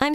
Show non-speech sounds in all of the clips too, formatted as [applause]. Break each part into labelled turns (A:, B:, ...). A: I'm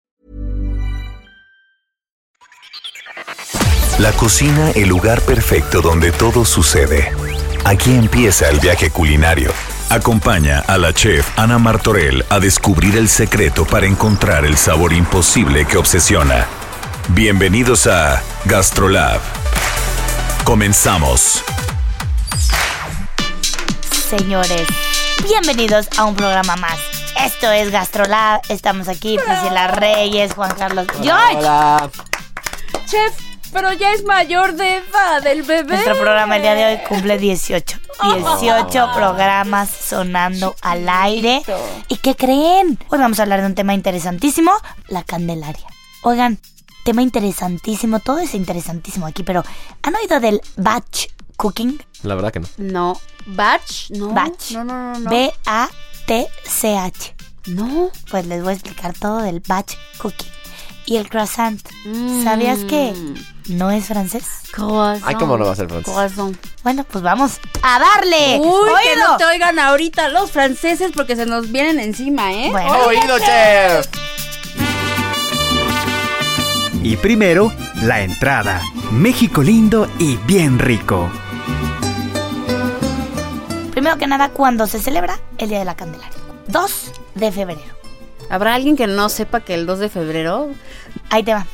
B: La cocina, el lugar perfecto donde todo sucede. Aquí empieza el viaje culinario. Acompaña a la chef Ana Martorell a descubrir el secreto para encontrar el sabor imposible que obsesiona. Bienvenidos a Gastrolab. Comenzamos.
C: Señores, bienvenidos a un programa más. Esto es Gastrolab. Estamos aquí,
D: Ah.
C: Priscila Reyes, Juan Carlos. ¡George!
D: Chef, pero ya es mayor de edad, el bebé.
C: Nuestro programa el día de hoy cumple 18.
D: Oh.
C: 18 programas sonando al aire. ¿Y qué creen? Hoy vamos a hablar de un tema interesantísimo, la Candelaria. Oigan, tema interesantísimo, todo es interesantísimo aquí, pero ¿han oído del batch cooking?
E: La verdad que no.
D: No. Batch, no.
C: Batch.
D: No, no, no, no.
C: B-A-T-C-H.
D: no.
C: Pues les voy a explicar todo del batch cooking. Y el croissant. ¿Sabías que no es francés?
D: Corazón.
E: Ay, cómo no va a ser francés.
D: Corazón.
C: Bueno, pues vamos a darle.
D: Uy, que
C: ¡Oído!
D: no te oigan ahorita los franceses porque se nos vienen encima, ¿eh?
C: Bueno,
E: ¡Oído, chef!
F: Y primero, la entrada. México lindo y bien rico.
C: primero que nada, ¿cuándo se celebra el Día de la Candelaria? 2 de febrero.
D: ¿Habrá alguien que no sepa que el 2 de febrero?
C: Ahí te va.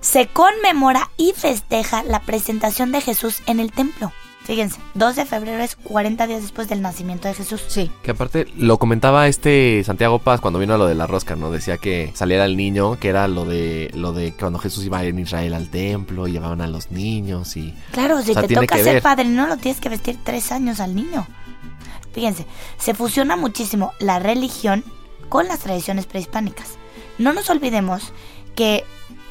C: Se conmemora y festeja la presentación de Jesús en el templo. Fíjense, 2 de febrero es 40 días después del nacimiento de Jesús.
D: Sí.
E: Que aparte lo comentaba este Santiago Paz cuando vino a lo de la rosca, ¿no? Decía que saliera el niño, que era lo de lo de cuando Jesús iba en Israel al templo y llevaban a los niños y
C: Claro, si
E: O sea,
C: te
E: tiene
C: toca
E: que
C: ser
E: ver.
C: padre, no lo tienes que vestir tres años al niño. Fíjense, se fusiona muchísimo la religión con las tradiciones prehispánicas. No nos olvidemos que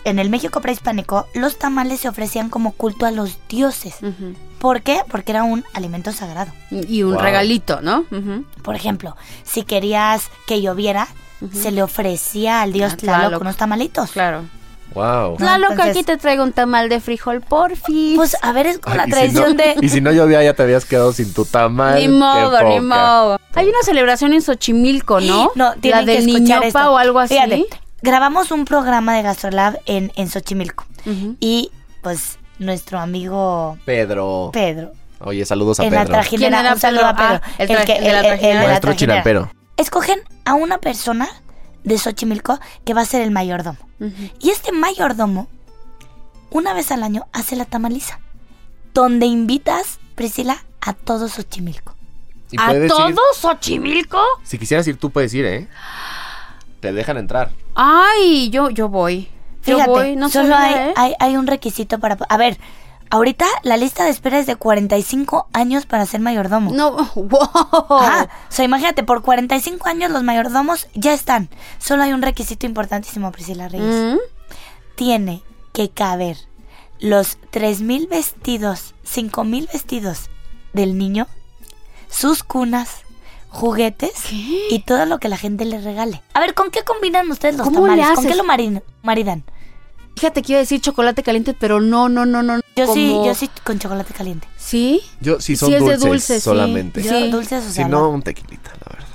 C: en el México prehispánico los tamales se ofrecían como culto a los dioses.
D: Ujú.
C: ¿Por qué? Porque era un alimento sagrado.
D: Y un
E: Wow.
D: regalito, ¿no? Ujú.
C: Por ejemplo, si querías que lloviera, se le ofrecía al dios
D: Ah,
C: Tlaloc
D: Tlaloc.
C: unos tamalitos.
D: Claro.
E: wow.
C: No,
D: La loca,
C: entonces-
D: aquí te traigo un tamal de frijol, porfis.
C: Pues a ver, es como la
E: Ay,
C: tradición
E: si no,
C: de...
E: Y si no llovía ya te habías quedado sin tu tamal.
D: ni
E: Qué
D: modo, ni
E: poca.
D: modo. Hay una celebración en Xochimilco, ¿no?
C: [gasps] No,
D: La
C: tienen
D: del
C: que escuchar
D: Niñopa
C: esto.
D: o algo así.
C: Fíjate, grabamos un programa de Gastrolab en, en Xochimilco.
D: Ujú.
C: Y pues nuestro amigo
E: Pedro.
C: Pedro,
E: Oye, saludos a
C: en la
E: Pedro.
C: trajinera,
D: ¿Quién era
C: un saludo a
D: Pedro?
C: Pedro.
D: Ah, el tra- el de la trajinera.
C: de la
E: Maestro
C: trajinera.
E: chinampero.
C: Escogen a una persona de Xochimilco que va a ser el mayordomo. Y este mayordomo, una vez al año, hace la tamaliza. Donde invitas, Priscila, a todo Xochimilco.
E: Y
D: ¿A
E: puedes ir-
D: todo Xochimilco?
E: Si quisieras ir tú puedes ir, ¿eh? Te dejan entrar.
D: Ay, yo, yo voy. Yo
C: Fíjate,
D: voy, no
C: solo
D: sabía,
C: hay,
D: ¿eh?
C: hay, hay un requisito para... A ver, ahorita la lista de espera es de 45 años para ser mayordomo.
D: No, [laughs] wow.
C: Ajá.
D: Ah,
C: O sea, imagínate, por 45 años los mayordomos ya están. Solo hay un requisito importantísimo, Priscila Reyes.
D: Mm.
C: Tiene que caber los 3.000 vestidos, 5.000 vestidos del niño, sus cunas, juguetes y todo lo que la gente le regale. A ver, ¿con qué combinan ustedes los
D: ¿Cómo le
C: tamales? ¿Con
D: haces?
C: qué lo marin- maridan?
D: Fíjate que iba a decir chocolate caliente, pero no, no, no, no.
C: Yo sí,
D: como-
C: yo sí con chocolate caliente.
D: ¿Sí?
E: Yo si son
D: Sí, es de
E: dulces,
D: dulces, sí.
E: solamente.
D: Sí.
C: Yo dulces o
E: Si no un tequilita, la verdad.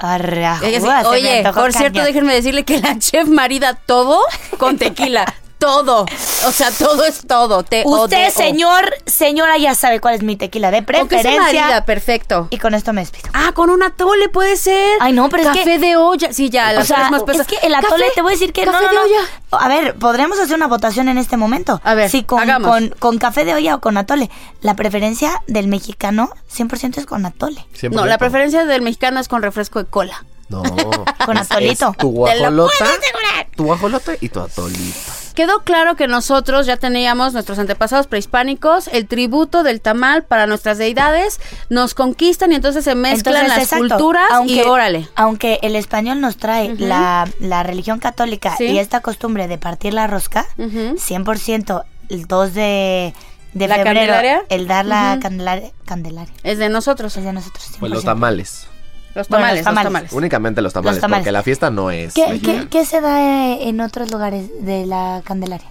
C: Arra,
D: Ella sí,
C: uah, se me
D: Oye,
C: antojó
D: por cierto,
C: cañón.
D: déjenme decirle que la chef marida todo con [laughs] tequila. todo. O sea, todo es todo. Te
C: Usted,
D: odeo.
C: señor, señora, ya sabe cuál es mi tequila de
D: ¿Con qué se marida?
C: preferencia.
D: Perfecto.
C: Y con esto me despido.
D: Ah, con un atole puede ser.
C: Ay, no, pero es
D: Café
C: que-
D: de olla. Sí, ya,
C: O
D: las
C: sea,
D: cosas más
C: es
D: pesadas.
C: que el atole
D: Café-
C: te voy a decir que no,
D: café
C: no,
D: de
C: no.
D: olla.
C: A ver, podríamos hacer una votación en este momento.
D: A ver,
C: si con,
D: hagamos.
C: con, con café de olla o con atole. La preferencia del mexicano 100% es con atole.
D: No, la preferencia del mexicano es con refresco de cola.
E: No.
C: Con
E: es-
D: [laughs]
C: atolito.
E: es
D: Te
E: Tu
D: lo puedo
E: guajolota.
D: asegurar.
E: Tu guajolota y tu atolito.
D: Quedó claro que nosotros ya teníamos nuestros antepasados prehispánicos, el tributo del tamal para nuestras deidades, nos conquistan y entonces se mezclan
C: Entonces,
D: las
C: exacto,
D: culturas y órale.
C: Aunque el español nos trae
D: Ujú.
C: la, la religión católica
D: Sí.
C: y esta costumbre de partir la rosca,
D: Ujú.
C: 100% el 2 de, de
D: ¿La
C: febrero,
D: Candelaria?
C: el dar la
D: Ujú.
C: candelaria, candelaria,
D: Es de nosotros,
C: es de nosotros. 100%.
E: Pues los tamales.
C: Bueno, los
D: los tamales, Pues los
C: tamales.
D: tamales.
E: Únicamente los tamales,
C: tamales.
E: porque la fiesta no es.
C: ¿Qué,
E: mexicana.
C: qué- qué se da eh, en otros lugares de la candelaria?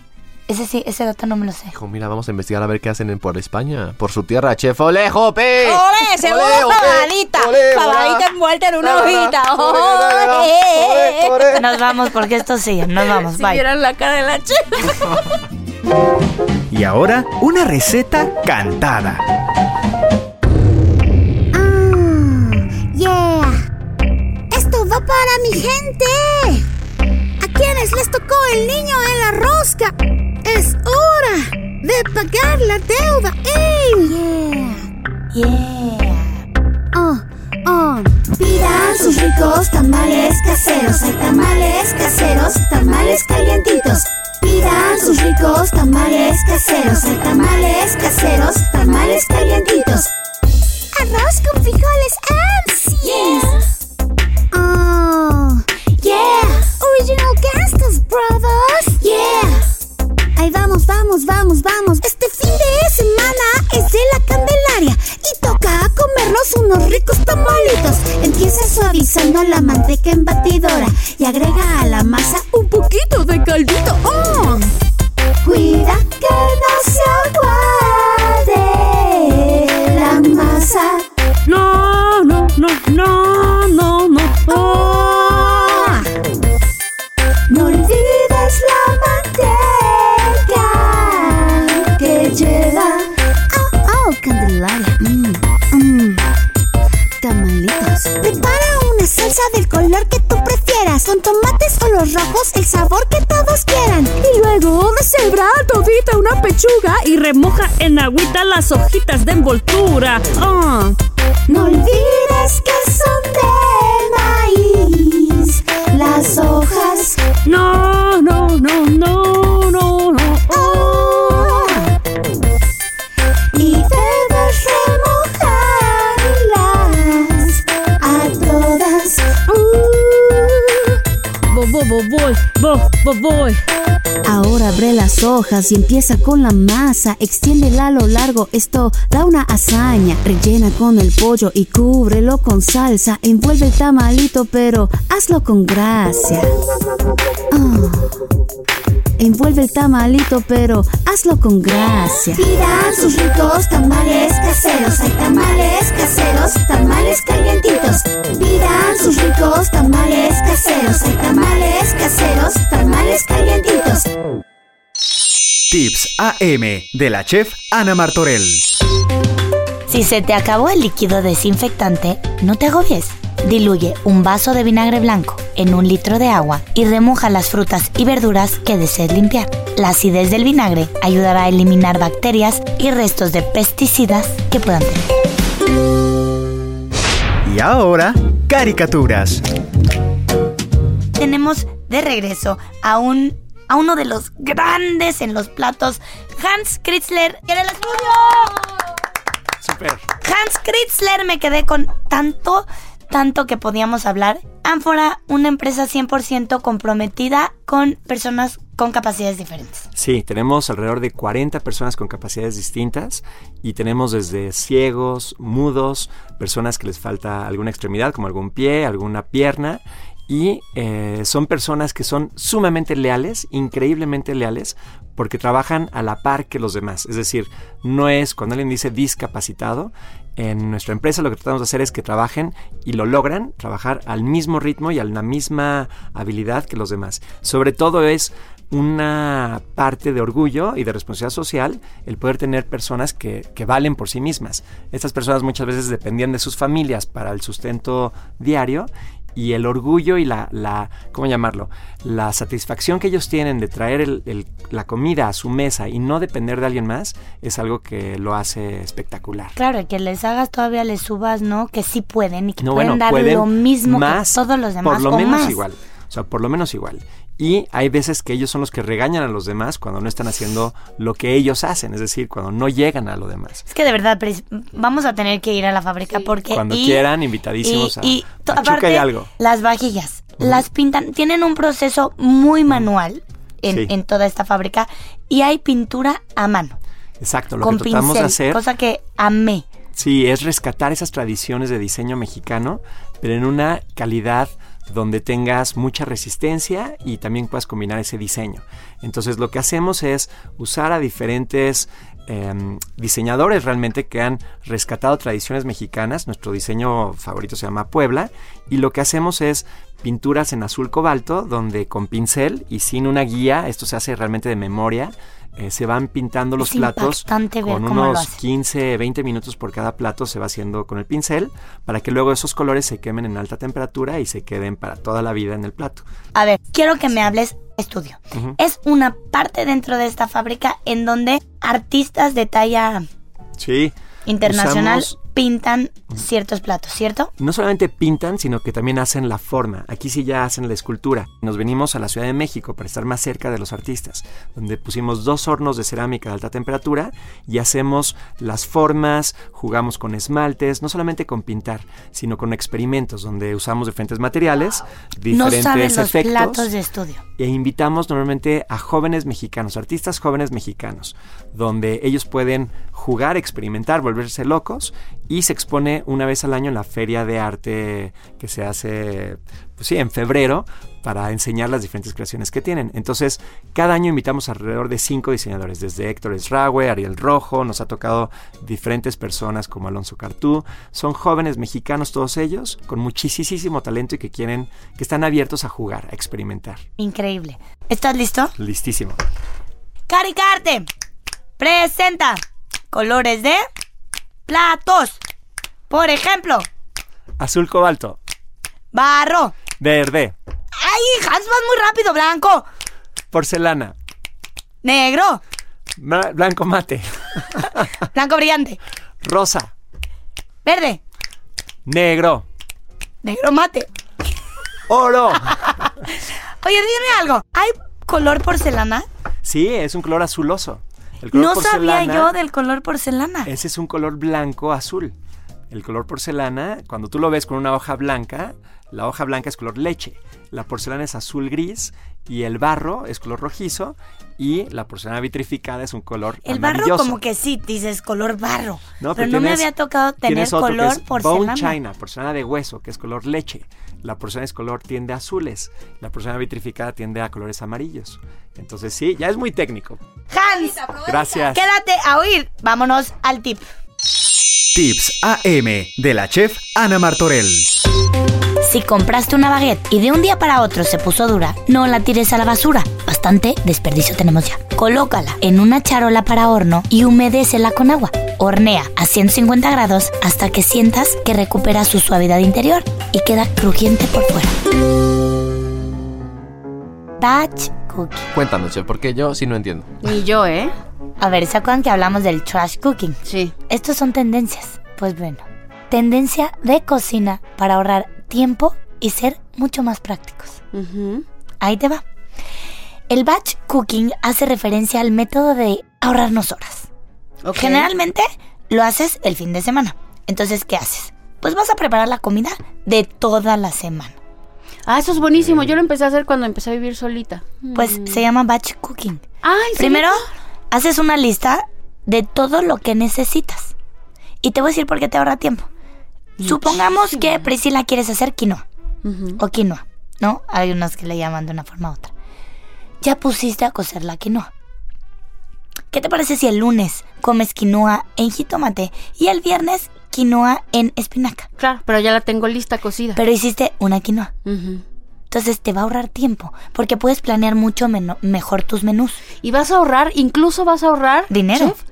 C: Ese sí, ese dato no me lo sé.
E: Hijo, mira, vamos a investigar a ver qué hacen en por España. Por su tierra, chef. ¡Ole, jope!
D: ¡Ole, seguro
E: ole!
D: fabadita!
E: ¡Ole,
D: Fabadita
E: hola!
D: envuelta en una
E: Ra, ra, ra.
D: hojita.
E: ¡Ole, ra, ra,
D: ¡Ole!
E: ra! ¡Ole,
C: Nos vamos porque esto sigue, nos [laughs] vamos,
D: Si
C: bye.
D: vieran la cara de la chica.
F: Y ahora, una receta cantada.
G: Yeah. Esto va para mi gente. A quienes les tocó el niño en la rosca. Es hora de pagar la deuda. Ey.
C: Yeah.
G: Oh, oh. Pidan sus ricos tamales caseros. Hay tamales caseros, tamales calientitos. Pidan sus ricos tamales caseros. Hay tamales caseros, tamales calientitos. Arroz con frijoles and Yes. Oh, yeah. Original gastos, brothers. Yeah. Ahí vamos, vamos, vamos, vamos. Este fin de semana es de la Candelaria y toca comernos unos ricos tamalitos. Empieza suavizando la manteca en batidora y agrega a la masa un poquito de caldito. ¡Oh! Cuida que no se aguade la masa.
D: No, no, no, no, no, no.
G: ¡Oh! No olvides la manteca que lleva. Oh, oh, Candelaria. Mm, mm. Tamalitos. Prepara una salsa del color que tú prefieras. Con tomates o los rojos, el sabor que todos quieran.
D: Y luego deshebra todita una pechuga y remoja en agüita las hojitas de envoltura. Ah.
G: No olvides que son de maíz las hojas.
D: No, no, no, no, no, no.
G: Y debes remojarlas a todas.
D: Uh. Bo, bo, bo, boy, bo, bo, boy.
G: Ahora abre las hojas y empieza con la masa. Extiéndela a lo largo, esto da una hazaña. Rellena con el pollo y cúbrelo con salsa. Envuelve el tamalito, pero hazlo con gracia. Ah. Envuelve el tamalito, pero hazlo con gracia. Pidan sus ricos tamales caseros. Hay tamales caseros, tamales calientitos. Pidan sus ricos tamales caseros. Hay tamales caseros, tamales calientitos.
F: Tips AM de la chef Ana Martorell.
C: Si se te acabó el líquido desinfectante, no te agobies. Diluye un vaso de vinagre blanco en un litro de agua y remoja las frutas y verduras que desees limpiar. La acidez del vinagre ayudará a eliminar bacterias y restos de pesticidas que puedan tener.
F: Y ahora, caricaturas.
C: tenemos de regreso a un a uno de los grandes en los platos, Hans Kritzler, en el estudio. Hans Kritzler, me quedé con tanto, tanto que podíamos hablar. Ánfora, una empresa 100% comprometida con personas con capacidades diferentes.
H: Sí, tenemos alrededor de 40 personas con capacidades distintas y tenemos desde ciegos, mudos, personas que les falta alguna extremidad, como algún pie, alguna pierna. Y eh, son personas que son sumamente leales, increíblemente leales, porque trabajan a la par que los demás. Es decir, no es cuando alguien dice discapacitado, en nuestra empresa lo que tratamos de hacer es que trabajen y lo logran, trabajar al mismo ritmo y a la misma habilidad que los demás. Sobre todo es una parte de orgullo y de responsabilidad social el poder tener personas que, que valen por sí mismas. Estas personas muchas veces dependían de sus familias para el sustento diario y el orgullo y la, la- ¿cómo llamarlo? La satisfacción que ellos tienen de traer el- el- la comida a su mesa y no depender de alguien más es algo que lo hace espectacular.
C: Claro, y que les hagas todavía les subas, ¿no? Que sí pueden y que
H: No,
C: pueden
H: bueno,
C: dar
H: pueden
C: lo mismo
H: más,
C: que todos los demás
H: Por lo
C: o
H: menos
C: más.
H: igual. O sea, por lo menos igual. Y hay veces que ellos son los que regañan a los demás cuando no están haciendo lo que ellos hacen, es decir, cuando no llegan a lo demás.
C: Es que de verdad, Pris, vamos a tener que ir a la fábrica porque...
H: Cuando
C: y-
H: quieran, invitadísimos a
C: to-
H: Pachuca
C: aparte,
H: y algo.
C: Las vajillas, las pintan, tienen un proceso muy manual en,
H: Sí.
C: en toda esta fábrica y hay pintura a mano,
H: Exacto, lo
C: con
H: que tratamos de
C: pincel,
H: hacer
C: cosa que amé.
H: Sí, es rescatar esas tradiciones de diseño mexicano, pero en una calidad donde tengas mucha resistencia y también puedas combinar ese diseño. Entonces lo que hacemos es usar a diferentes em, diseñadores realmente que han rescatado tradiciones mexicanas. Nuestro diseño favorito se llama Puebla y lo que hacemos es pinturas en azul cobalto donde con pincel y sin una guía, esto se hace realmente de memoria, eh, se van pintando los
C: Es
H: platos
C: impactante ver
H: con
C: cómo lo
H: unos
C: hacen.
H: 15, 20 minutos por cada plato se va haciendo con el pincel para que luego esos colores se quemen en alta temperatura y se queden para toda la vida en el plato.
C: A ver, quiero que me hables estudio. Es una parte dentro de esta fábrica en donde artistas de talla
H: Sí.
C: internacional
H: Usamos-
C: pintan ciertos platos, ¿cierto?
H: no solamente pintan, sino que también hacen la forma. Aquí sí ya hacen la escultura. Nos venimos a la Ciudad de México para estar más cerca de los artistas, donde pusimos dos hornos de cerámica de alta temperatura y hacemos las formas, jugamos con esmaltes, no solamente con pintar, sino con experimentos, donde usamos diferentes materiales,
C: No
H: diferentes
C: saben los
H: efectos
C: platos de estudio.
H: e invitamos normalmente a jóvenes mexicanos, artistas jóvenes mexicanos, donde ellos pueden jugar, experimentar, volverse locos y se expone una vez al año en la feria de arte que se hace, pues sí, en febrero para enseñar las diferentes creaciones que tienen. Entonces, cada año invitamos alrededor de cinco diseñadores, desde Héctor Esraue, Ariel Rojo, nos ha tocado diferentes personas como Alonso Cartú. Son jóvenes mexicanos todos ellos, con muchísimo talento y que quieren, que están abiertos a jugar, a experimentar.
C: Increíble. ¿Estás listo?
H: Listísimo.
C: Cari Carte presenta colores de platos. Por ejemplo,
H: Azul cobalto.
C: barro.
H: Verde.
C: ¡Ay, Hans, vas muy rápido! Blanco,
H: Porcelana.
C: negro,
H: bra- Blanco mate. [laughs]
C: blanco brillante,
H: Rosa.
C: verde,
H: Negro.
C: negro mate.
H: Oro.
C: Oye, dime algo. ¿Hay color porcelana?
H: Sí, es un color azuloso. El color
C: No sabía
H: porcelana-
C: yo del color porcelana.
H: Ese es un color blanco azul. El color porcelana, cuando tú lo ves con una hoja blanca, la hoja blanca es color leche, la porcelana es azul gris y el barro es color rojizo y la porcelana vitrificada es un color
C: El barro
H: amarilloso.
C: como que sí, dices color barro.
H: No,
C: pero
H: pero
C: no me
H: tienes-
C: había tocado tener
H: tienes otro que
C: color
H: es
C: porcelana.
H: Bone china, porcelana de hueso, que es color leche. La porcelana es color tiende a azules. La porcelana vitrificada tiende a colores amarillos. Entonces sí, ya es muy técnico.
C: Hans,
H: Gracias.
C: quédate a oír. Vámonos al tip.
F: Tips AM de la chef Ana Martorell.
C: Si compraste una baguette y de un día para otro se puso dura, no la tires a la basura. Bastante desperdicio tenemos ya. Colócala en una charola para horno y humedécela con agua. Hornea a 150 grados hasta que sientas que recupera su suavidad interior y queda crujiente por fuera. Batch cooking.
E: Cuéntanos, chef, porque yo sí no entiendo.
D: Ni yo, ¿eh?
C: A ver, ¿se acuerdan que hablamos del trash cooking?
D: Sí.
C: Estos son tendencias. Pues bueno, tendencia de cocina para ahorrar tiempo y ser mucho más prácticos.
D: Ujú.
C: Ahí te va. El batch cooking hace referencia al método de ahorrarnos horas.
D: Ok.
C: Generalmente lo haces el fin de semana. Entonces, ¿qué haces? Pues vas a preparar la comida de toda la semana.
D: Ah, eso es buenísimo. Yo lo empecé a hacer cuando empecé a vivir solita.
C: Pues
D: Mm.
C: se llama batch cooking.
D: Ay,
C: Primero, haces una lista de todo lo que necesitas. Y te voy a decir por qué te ahorra tiempo. Supongamos que Priscila quieres hacer quinoa. O quinoa, ¿no? Hay unos que le llaman de una forma u otra. Ya pusiste a cocer la quinoa. ¿Qué te parece si el lunes comes quinoa en jitomate y el viernes quinoa en espinaca?
D: Claro, pero ya la tengo lista cocida.
C: Pero hiciste una quinoa.
D: Ujú.
C: Entonces te va a ahorrar tiempo porque puedes planear mucho meno- mejor tus menús.
D: Y vas a ahorrar, incluso vas a ahorrar.
C: Dinero.
D: chef,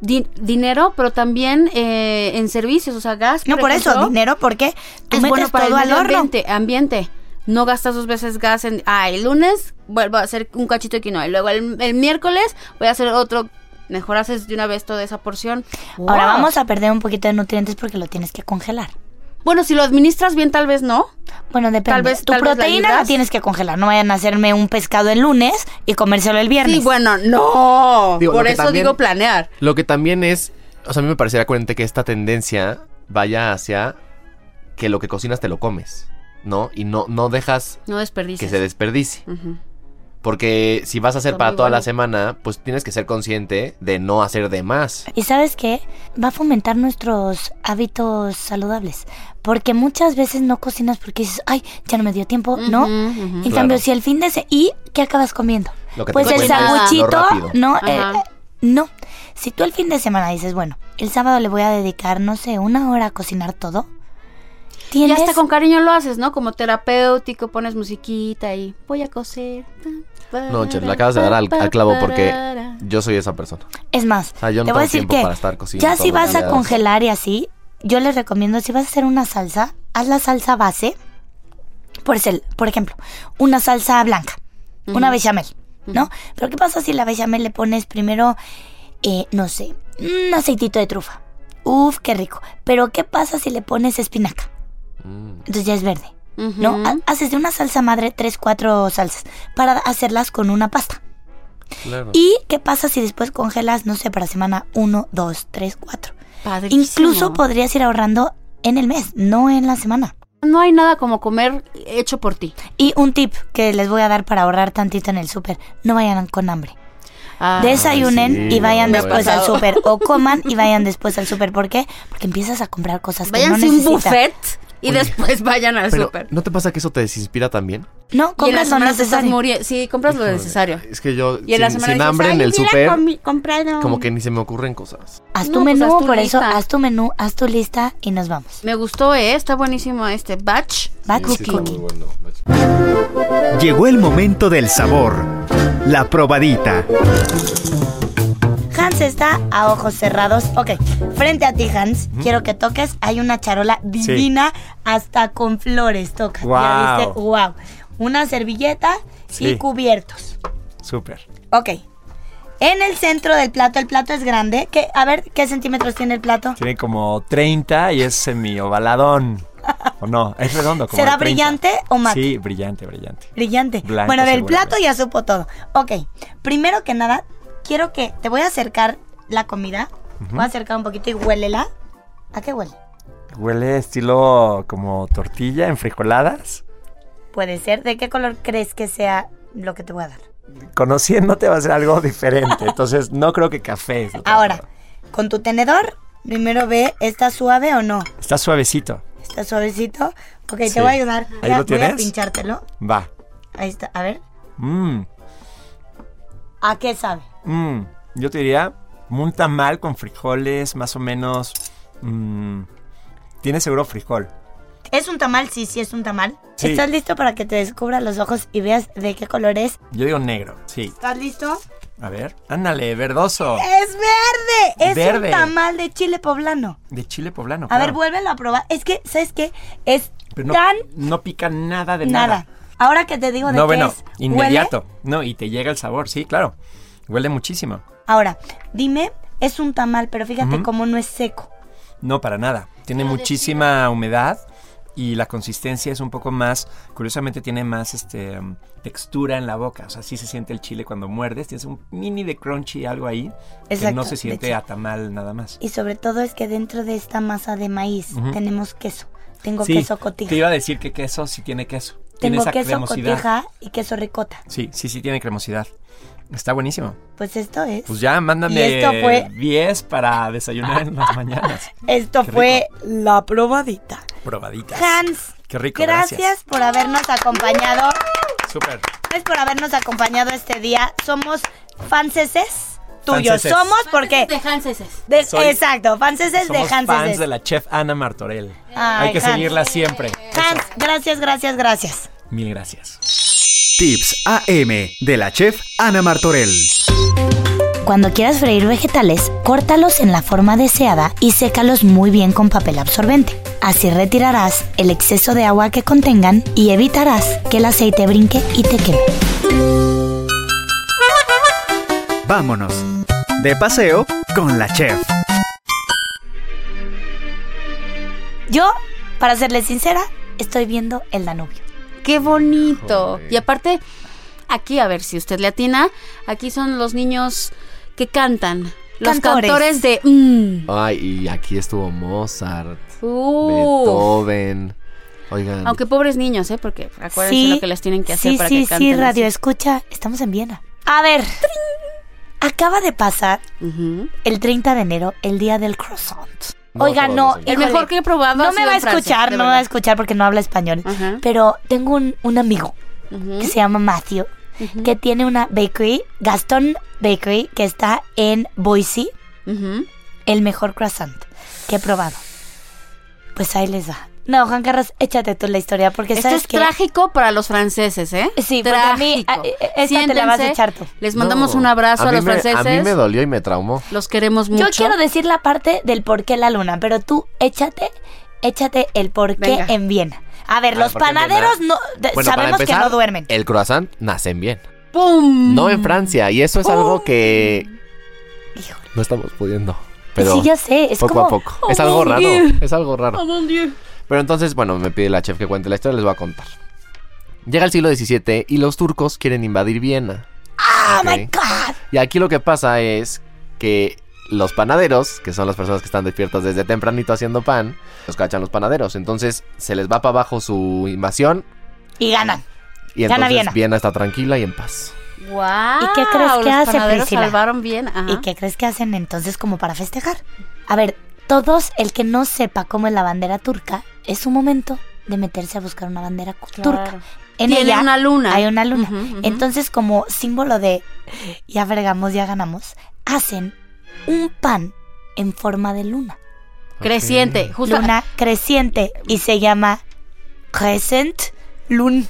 D: di- dinero, pero también eh, en servicios, o sea, gas.
C: No por eso,
D: ejemplo,
C: dinero porque tú
D: es
C: metes
D: bueno para
C: todo
D: el
C: al
D: medio
C: horno.
D: ambiente, ambiente. No gastas dos veces gas en... Ah, el lunes vuelvo a hacer un cachito de quinoa. Y luego el, el miércoles voy a hacer otro... Mejor haces de una vez toda esa porción.
C: Ahora
D: Wow.
C: vamos a perder un poquito de nutrientes porque lo tienes que congelar.
D: Bueno, si lo administras bien, tal vez no.
C: Bueno, depende.
D: Tal vez-
C: tu
D: tal vez la
C: proteína la,
D: libras.
C: tienes que congelar. No vayan a hacerme un pescado el lunes y comérselo el viernes.
D: Sí, bueno, no.
E: Digo, lo
D: Por
E: que
D: eso
E: también-
D: digo planear.
E: Lo que también es, o sea, a mí me parecería coherente que esta tendencia vaya hacia que lo que cocinas te lo comes, ¿no? Y no, no dejas
D: No desperdices.
E: que se desperdicie.
D: Ujú.
E: Porque si vas a hacer
D: Está
E: para
D: muy
E: toda la
D: bueno.
E: semana, pues tienes que ser consciente de no hacer de más.
C: Y sabes qué? Va a fomentar nuestros hábitos saludables. Porque muchas veces no cocinas porque dices, ay, ya no me dio tiempo, ¿no?
D: Ujú, ujú.
C: En
E: Claro.
C: cambio, si el fin de se ¿Y qué acabas comiendo?
E: Lo que te
C: pues el
D: encuentres, lo
C: sanguchito,
E: rápido.
C: ¿no? Eh,
D: Ajá.
C: no. Si tú el fin de semana dices, bueno, el sábado le voy a dedicar, no sé, una hora a cocinar todo.
D: Y
C: Tienes
D: hasta con cariño lo haces, ¿no? Como terapéutico, pones musiquita y voy a coser.
E: No, Cher, le acabas de dar al, al clavo porque yo soy esa persona.
C: Es más,
E: sea, Ah, yo no
C: te voy a
E: tengo
C: decir
E: tiempo
C: que
E: para estar cocinando
C: ya
E: todos
C: si
E: los
C: vas a
E: días.
C: congelar y así, yo les recomiendo, si vas a hacer una salsa, haz la salsa base, por, cel- por ejemplo, una salsa blanca, una bechamel, ¿no? Pero ¿qué pasa si la bechamel le pones primero, eh, no sé, un aceitito de trufa? Uf, qué rico. Pero ¿qué pasa si le pones espinaca?
E: Mm,
C: Entonces ya es verde. ¿No? Ah, Ha- Haces de una salsa madre tres, cuatro salsas para hacerlas con una pasta.
E: Claro.
C: ¿Y qué pasa si después congelas, no sé, para semana 1, 2, 3, 4?
D: Padrísimo.
C: Incluso podrías ir ahorrando en el mes, no en la semana.
D: No hay nada como comer hecho por ti.
C: Y un tip que les voy a dar para ahorrar tantito en el súper, no vayan con hambre.
D: Ah,
C: Desayunen
E: sí,
C: y vayan
E: me ha
C: después al
D: pasado.
C: súper
E: [laughs]
C: o coman y vayan después al súper. ¿Por qué? Porque empiezas a comprar cosas
D: váyanse
C: que
D: a
C: no
D: un
C: necesitas.
D: buffet y después vayan al
E: Pero,
D: súper.
E: ¿no te pasa que eso te desinspira también?
C: No,
D: Y en
C: compras lo
D: las semanas estás
C: necesario.
D: muriendo. Sí, compras lo necesario.
E: Es que yo
D: Y en la
E: sin,
D: semana
E: sin
D: dices,
E: hambre
D: "Ay,
E: en el
D: hubiera
E: súper,
D: comi- comprado".
E: como que ni se me ocurren cosas.
C: Haz tu
D: No, pues,
C: menú,
D: haz tu
C: por eso
D: lista.
C: haz tu menú, haz tu lista y nos vamos.
D: Me gustó, ¿eh? Está buenísimo este batch.
C: Batch cooking.
F: Llegó el momento del sabor. La probadita.
C: Hans está a ojos cerrados. Ok, frente a ti, Hans, quiero que toques. Hay una charola divina, hasta con flores toca. Ya
H: Guau.
C: dice, wow. Una servilleta y
H: Sí.
C: cubiertos.
H: Súper.
C: Ok. En el centro del plato, el plato es grande. ¿Qué- a ver, ¿qué centímetros tiene el plato?
H: Tiene como 30 y es semiovaladón. ¿O no? Es redondo. Como
C: ¿Será
H: de 30.
C: brillante o mate?
H: Sí, brillante, brillante.
C: Brillante.
H: Blanco,
C: bueno, del
H: seguramente.
C: plato ya supo todo. Ok, primero que nada, quiero que te voy a acercar la comida. Voy a acercar un poquito y huélela. ¿A qué huele?
H: Huele estilo como tortilla en frijoladas.
C: Puede ser. ¿De qué color crees que sea lo que te voy a dar?
H: Conociéndote va a ser algo diferente.
C: [laughs]
H: Entonces, no creo que café. es lo que-
C: Ahora, con tu tenedor, primero ve, ¿está suave o no?
H: Está suavecito.
C: ¿Está suavecito? Ok,
H: Sí.
C: te voy a ayudar. Voy
H: ¿Ahí
C: a-
H: lo
C: Voy a
H: tienes?
C: pinchártelo.
H: Va.
C: Ahí está. A ver,
H: Mmm,
C: ¿a qué sabe?
H: mmm. Yo te diría un tamal con frijoles, más o menos. mm, tiene seguro frijol.
C: ¿Es un tamal? Sí, sí, es un tamal.
H: Sí.
C: ¿Estás listo para que te descubra los ojos y veas de qué color es?
H: Yo digo negro, sí.
C: ¿Estás listo?
H: A ver. Ándale, verdoso.
C: ¡Es verde! Es
H: Verde.
C: un tamal de chile poblano.
H: De chile poblano.
C: A ver,
H: claro.
C: vuélvelo a probar. Es que, ¿sabes qué? Es
H: Pero no,
C: tan
H: no pica nada de
C: nada.
H: nada.
C: Ahora que te digo de
H: No,
C: qué
H: bueno,
C: es, huele-
H: inmediato. No, y te llega el sabor, sí, claro. Huele muchísimo.
C: Ahora, dime, es un tamal, pero fíjate cómo no es seco.
H: No, para nada. Tiene muchísima humedad y la consistencia es un poco más, curiosamente tiene más este mm, textura en la boca. O sea, sí se siente el chile cuando muerdes. Tienes un mini de crunchy, algo ahí. que
C: Exacto,
H: no se
C: de
H: siente
C: chile.
H: a tamal nada más.
C: Y sobre todo es que dentro de esta masa de maíz tenemos queso. Tengo
H: Sí,
C: queso cotija.
H: te iba a decir que queso sí tiene queso. tiene
C: Tengo
H: esa
C: queso
H: cremosidad.
C: cotija y queso ricota.
H: Sí, sí, sí tiene cremosidad. Está buenísimo.
C: Pues esto es.
H: Pues ya, mándame
C: Y esto fue-
H: 10 para desayunar
C: [laughs]
H: en las mañanas.
C: esto
H: qué
C: fue la probadita.
H: Probaditas.
C: Hans.
H: Qué rico,
C: Gracias,
H: gracias.
C: por habernos acompañado.
H: Súper.
C: Gracias por habernos acompañado este día. Somos fanceses tuyos.
H: Fanceses.
C: Somos porque.
D: De Hanseses.
C: de-
H: Soy-
C: exacto, fanceses de
H: Somos fans
C: Hanseses.
H: de la chef Ana Martorell.
C: Ay,
H: Hay que
C: Hans.
H: seguirla siempre.
C: Hans, gracias, gracias, gracias.
H: Mil gracias.
F: Tips AM de la chef Ana Martorell.
C: Cuando quieras freír vegetales, córtalos en la forma deseada y sécalos muy bien con papel absorbente. Así retirarás el exceso de agua que contengan y evitarás que el aceite brinque y te queme.
F: Vámonos. De paseo con la chef.
C: Yo Para serles sincera, estoy viendo el Danubio.
D: ¡Qué bonito! Y aparte, aquí, a ver si usted le atina, aquí son los niños que cantan. Los
C: Cantores.
D: cantores de... mm.
E: Ay, y aquí estuvo Mozart,
D: Uf.
E: Beethoven. Oigan,
D: Aunque pobres niños, ¿eh? Porque acuérdense
C: Sí,
D: lo que les tienen que hacer
C: sí,
D: para
C: sí,
D: que canten.
C: Sí,
D: así.
C: radio escucha, estamos en Viena. A ver, acaba de pasar
D: Ujú.
C: el 30 de enero, el día del croissant.
E: No,
C: Oiga,
E: todos
C: no,
E: los
D: El
C: híjole,
D: mejor que he probado ha
C: No me
D: sido
C: va a
D: Ah, en Francia,
C: escuchar,
D: de
C: no me va a
D: verdad.
C: escuchar porque no habla español.
D: Ajá.
C: Pero tengo un, un amigo
D: Ujú.
C: que se llama Matthew, que tiene una bakery, Gaston Bakery, que está en Boise,
D: Ujú.
C: el mejor croissant que he probado. Pues ahí les va. No, Juan Carlos, échate tú la historia porque
D: Esto
C: sabes
D: es
C: que...
D: trágico para los franceses, ¿eh?
C: Sí, porque a mí,
D: trágico.
C: a- e- esta te la vas a echar tú.
D: Les mandamos
E: no,
D: un abrazo a,
E: mí
D: los
E: me-
D: franceses.
E: A mí me dolió y me traumó.
D: Los queremos mucho.
C: Yo quiero decir la parte del por qué la luna, pero tú échate, échate el por qué
D: Venga.
C: en Viena. A ver,
E: Ah,
C: los
E: ¿por qué en
C: panaderos no,
E: Viena?
C: de-
E: Bueno, para
C: sabemos que
E: empezar, eh,
C: no duermen.
E: El croissant nacen bien.
D: ¡Pum!
E: No en Francia. Y eso es algo que
C: Híjole.
E: no estamos pudiendo. Pero
C: sí, ya sé, es
E: poco
C: como...
E: a poco. es algo
D: mon
E: raro.
D: Dieu.
E: Es algo raro.
D: ¡Oh, mon Dieu!
E: Pero entonces, bueno, me pide la chef que cuente la historia, les voy a contar. Llega el siglo XVII y los turcos quieren invadir Viena.
C: ¡Oh,
E: Ok.
C: my God!
E: Y aquí lo que pasa es que los panaderos, que son las personas que están despiertas desde tempranito haciendo pan, los cachan los panaderos. Entonces se les va para abajo su invasión
C: Y ganan.
E: y
C: Gana
E: entonces
C: Viena.
E: Viena. está tranquila y en paz.
D: ¡Wow!
C: ¿Y qué crees que
D: los
C: hace,
D: panaderos
C: Priscila?
D: salvaron bien. Ajá.
C: ¿Y qué crees que hacen entonces como para festejar? A ver, todos, el que no sepa cómo es la bandera turca, es su momento de meterse a buscar una bandera cu-
D: Claro.
C: turca. En
D: Tiene
C: ella
D: una luna.
C: hay una luna.
D: Ujú, ujú.
C: Entonces, como símbolo de ya fregamos, ya ganamos, hacen un pan en forma de luna.
D: Creciente. Justo.
C: Luna creciente y se llama Crescent Lun.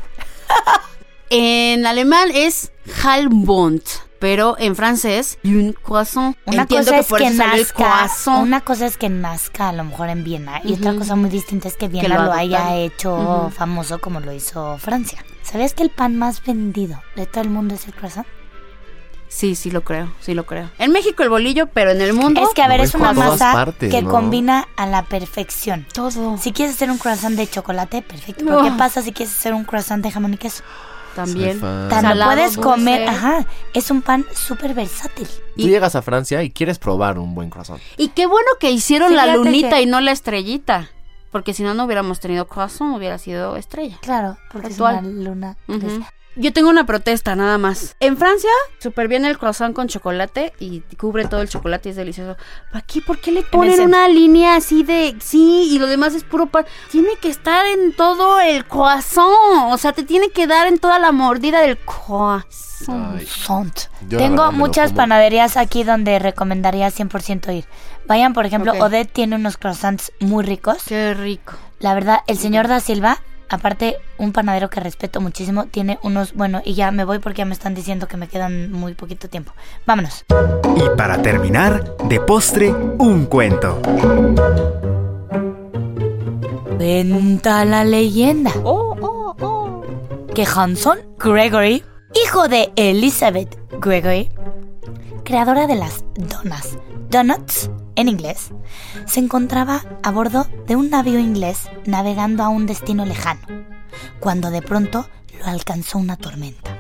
D: En alemán es Halbond, pero en francés, un croissant.
C: Una
D: Entiendo
C: cosa
D: que
C: es
D: por
C: que
D: eso salió el
C: nazca,
D: croissant.
C: una cosa es que nazca a lo mejor en Viena y otra
D: Ujú.
C: cosa muy distinta es que Viena
D: lo
C: lo, haya
D: adoptaron.
C: hecho
D: Ujú.
C: famoso como lo hizo Francia. ¿Sabías que el pan más vendido de todo el mundo es el croissant?
D: Sí, sí lo creo, sí lo creo. En México el bolillo, pero en el mundo
C: Es que a
E: Lo
C: ver,
E: ves
C: es una
E: por todas
C: masa
E: partes,
C: que
E: ¿no?
C: combina a la perfección.
D: todo
C: Si quieres hacer un croissant de chocolate, perfecto. Pero ¿qué
D: Oh.
C: pasa si quieres hacer un croissant de jamón y queso?
D: también.
E: Soy fan.
C: Tan lo
D: Salado,
C: puedes
D: dulce.
C: comer, ajá, es un pan súper versátil.
E: Tú llegas a Francia y quieres probar un buen croissant.
D: Y qué bueno que hicieron la
C: Fíjate
D: lunita
C: que-
D: y no la estrellita, porque si no no hubiéramos tenido croissant, hubiera sido estrella.
C: Claro, porque
D: Actual.
C: es una luna.
D: Ujú.
C: creciente.
D: Yo tengo una protesta nada más. En Francia, súper bien el croissant con chocolate y cubre todo el chocolate y es delicioso. Aquí, ¿por qué le ponen
C: centro.
D: una línea así de sí y lo demás es puro pan? Tiene que estar en todo el croissant. O sea, te tiene que dar en toda la mordida del croissant.
E: Ay,
C: Font.
E: Yo, la
C: Tengo
E: verdad, me lo
C: muchas
E: como.
C: panaderías aquí donde recomendaría 100% ir. Vayan, por ejemplo,
D: Ok.
C: Odette tiene unos croissants muy ricos.
D: Qué rico.
C: La verdad, el señor da Silva, aparte un panadero que respeto muchísimo, tiene unos, bueno, y ya me voy porque ya me están diciendo que me quedan muy poquito tiempo. Vámonos.
F: Y para terminar, de postre, un cuento.
C: Cuenta la leyenda que Hanson Gregory, hijo de Elizabeth Gregory, creadora de las donas, donuts en inglés, se encontraba a bordo de un navío inglés navegando a un destino lejano, cuando de pronto lo alcanzó una tormenta.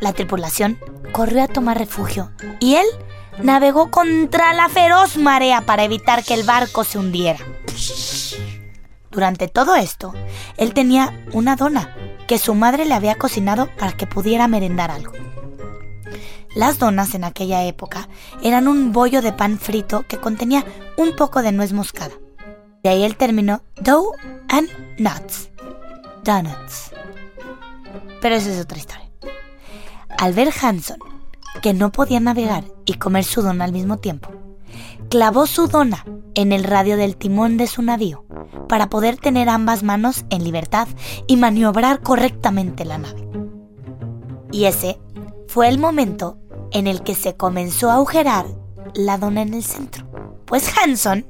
C: La tripulación corrió a tomar refugio y él navegó contra la feroz marea para evitar que el barco se hundiera. Durante todo esto, él tenía una dona que su madre le había cocinado para que pudiera merendar algo. Las donas en aquella época eran un bollo de pan frito que contenía un poco de nuez moscada. De ahí el término dough and nuts. Donuts. Pero eso es otra historia. Al ver Hanson que no podía navegar y comer su dona al mismo tiempo, clavó su dona en el radio del timón de su navío para poder tener ambas manos en libertad y maniobrar correctamente la nave. Y ese fue el momento en el que se comenzó a agujerar la dona en el centro. Pues Hanson,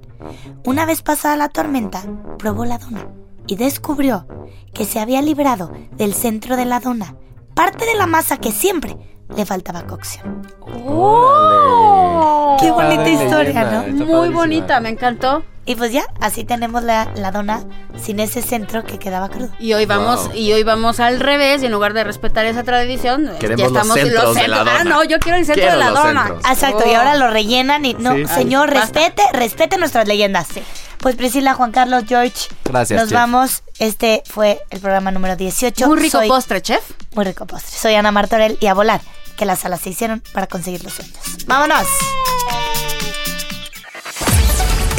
C: una vez pasada la tormenta, probó la dona y descubrió que se había librado del centro de la dona parte de la masa que siempre le faltaba cocción.
E: Órale.
C: ¡Oh! qué bonita
E: padre
C: historia,
E: leyenda,
C: ¿no?
E: está
D: Muy
E: padrísima.
D: bonita, me encantó.
C: Y pues ya, así tenemos la, la dona sin ese centro que quedaba crudo.
D: Y hoy vamos,
E: Wow.
D: y hoy vamos al revés, y en lugar de respetar esa tradición, eh,
E: Queremos
D: ya
E: los
D: estamos
E: centros de la
D: Ah,
E: dona.
D: no, yo quiero el centro
E: Quiero
D: de la
E: los
D: dona. Oh.
E: centros.
C: Exacto, y ahora lo rellenan y no,
E: Sí, sí.
C: señor,
D: Basta.
C: respete, respete nuestras leyendas. Pues Priscila, Juan Carlos, George,
E: Gracias,
C: nos
E: chef.
C: vamos. Este fue el programa número 18.
D: Muy rico
C: Soy-
D: postre, chef.
C: Muy rico postre. Soy Ana Martorell y a volar, que las alas se hicieron para conseguir los sueños. ¡Vámonos!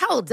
G: Hold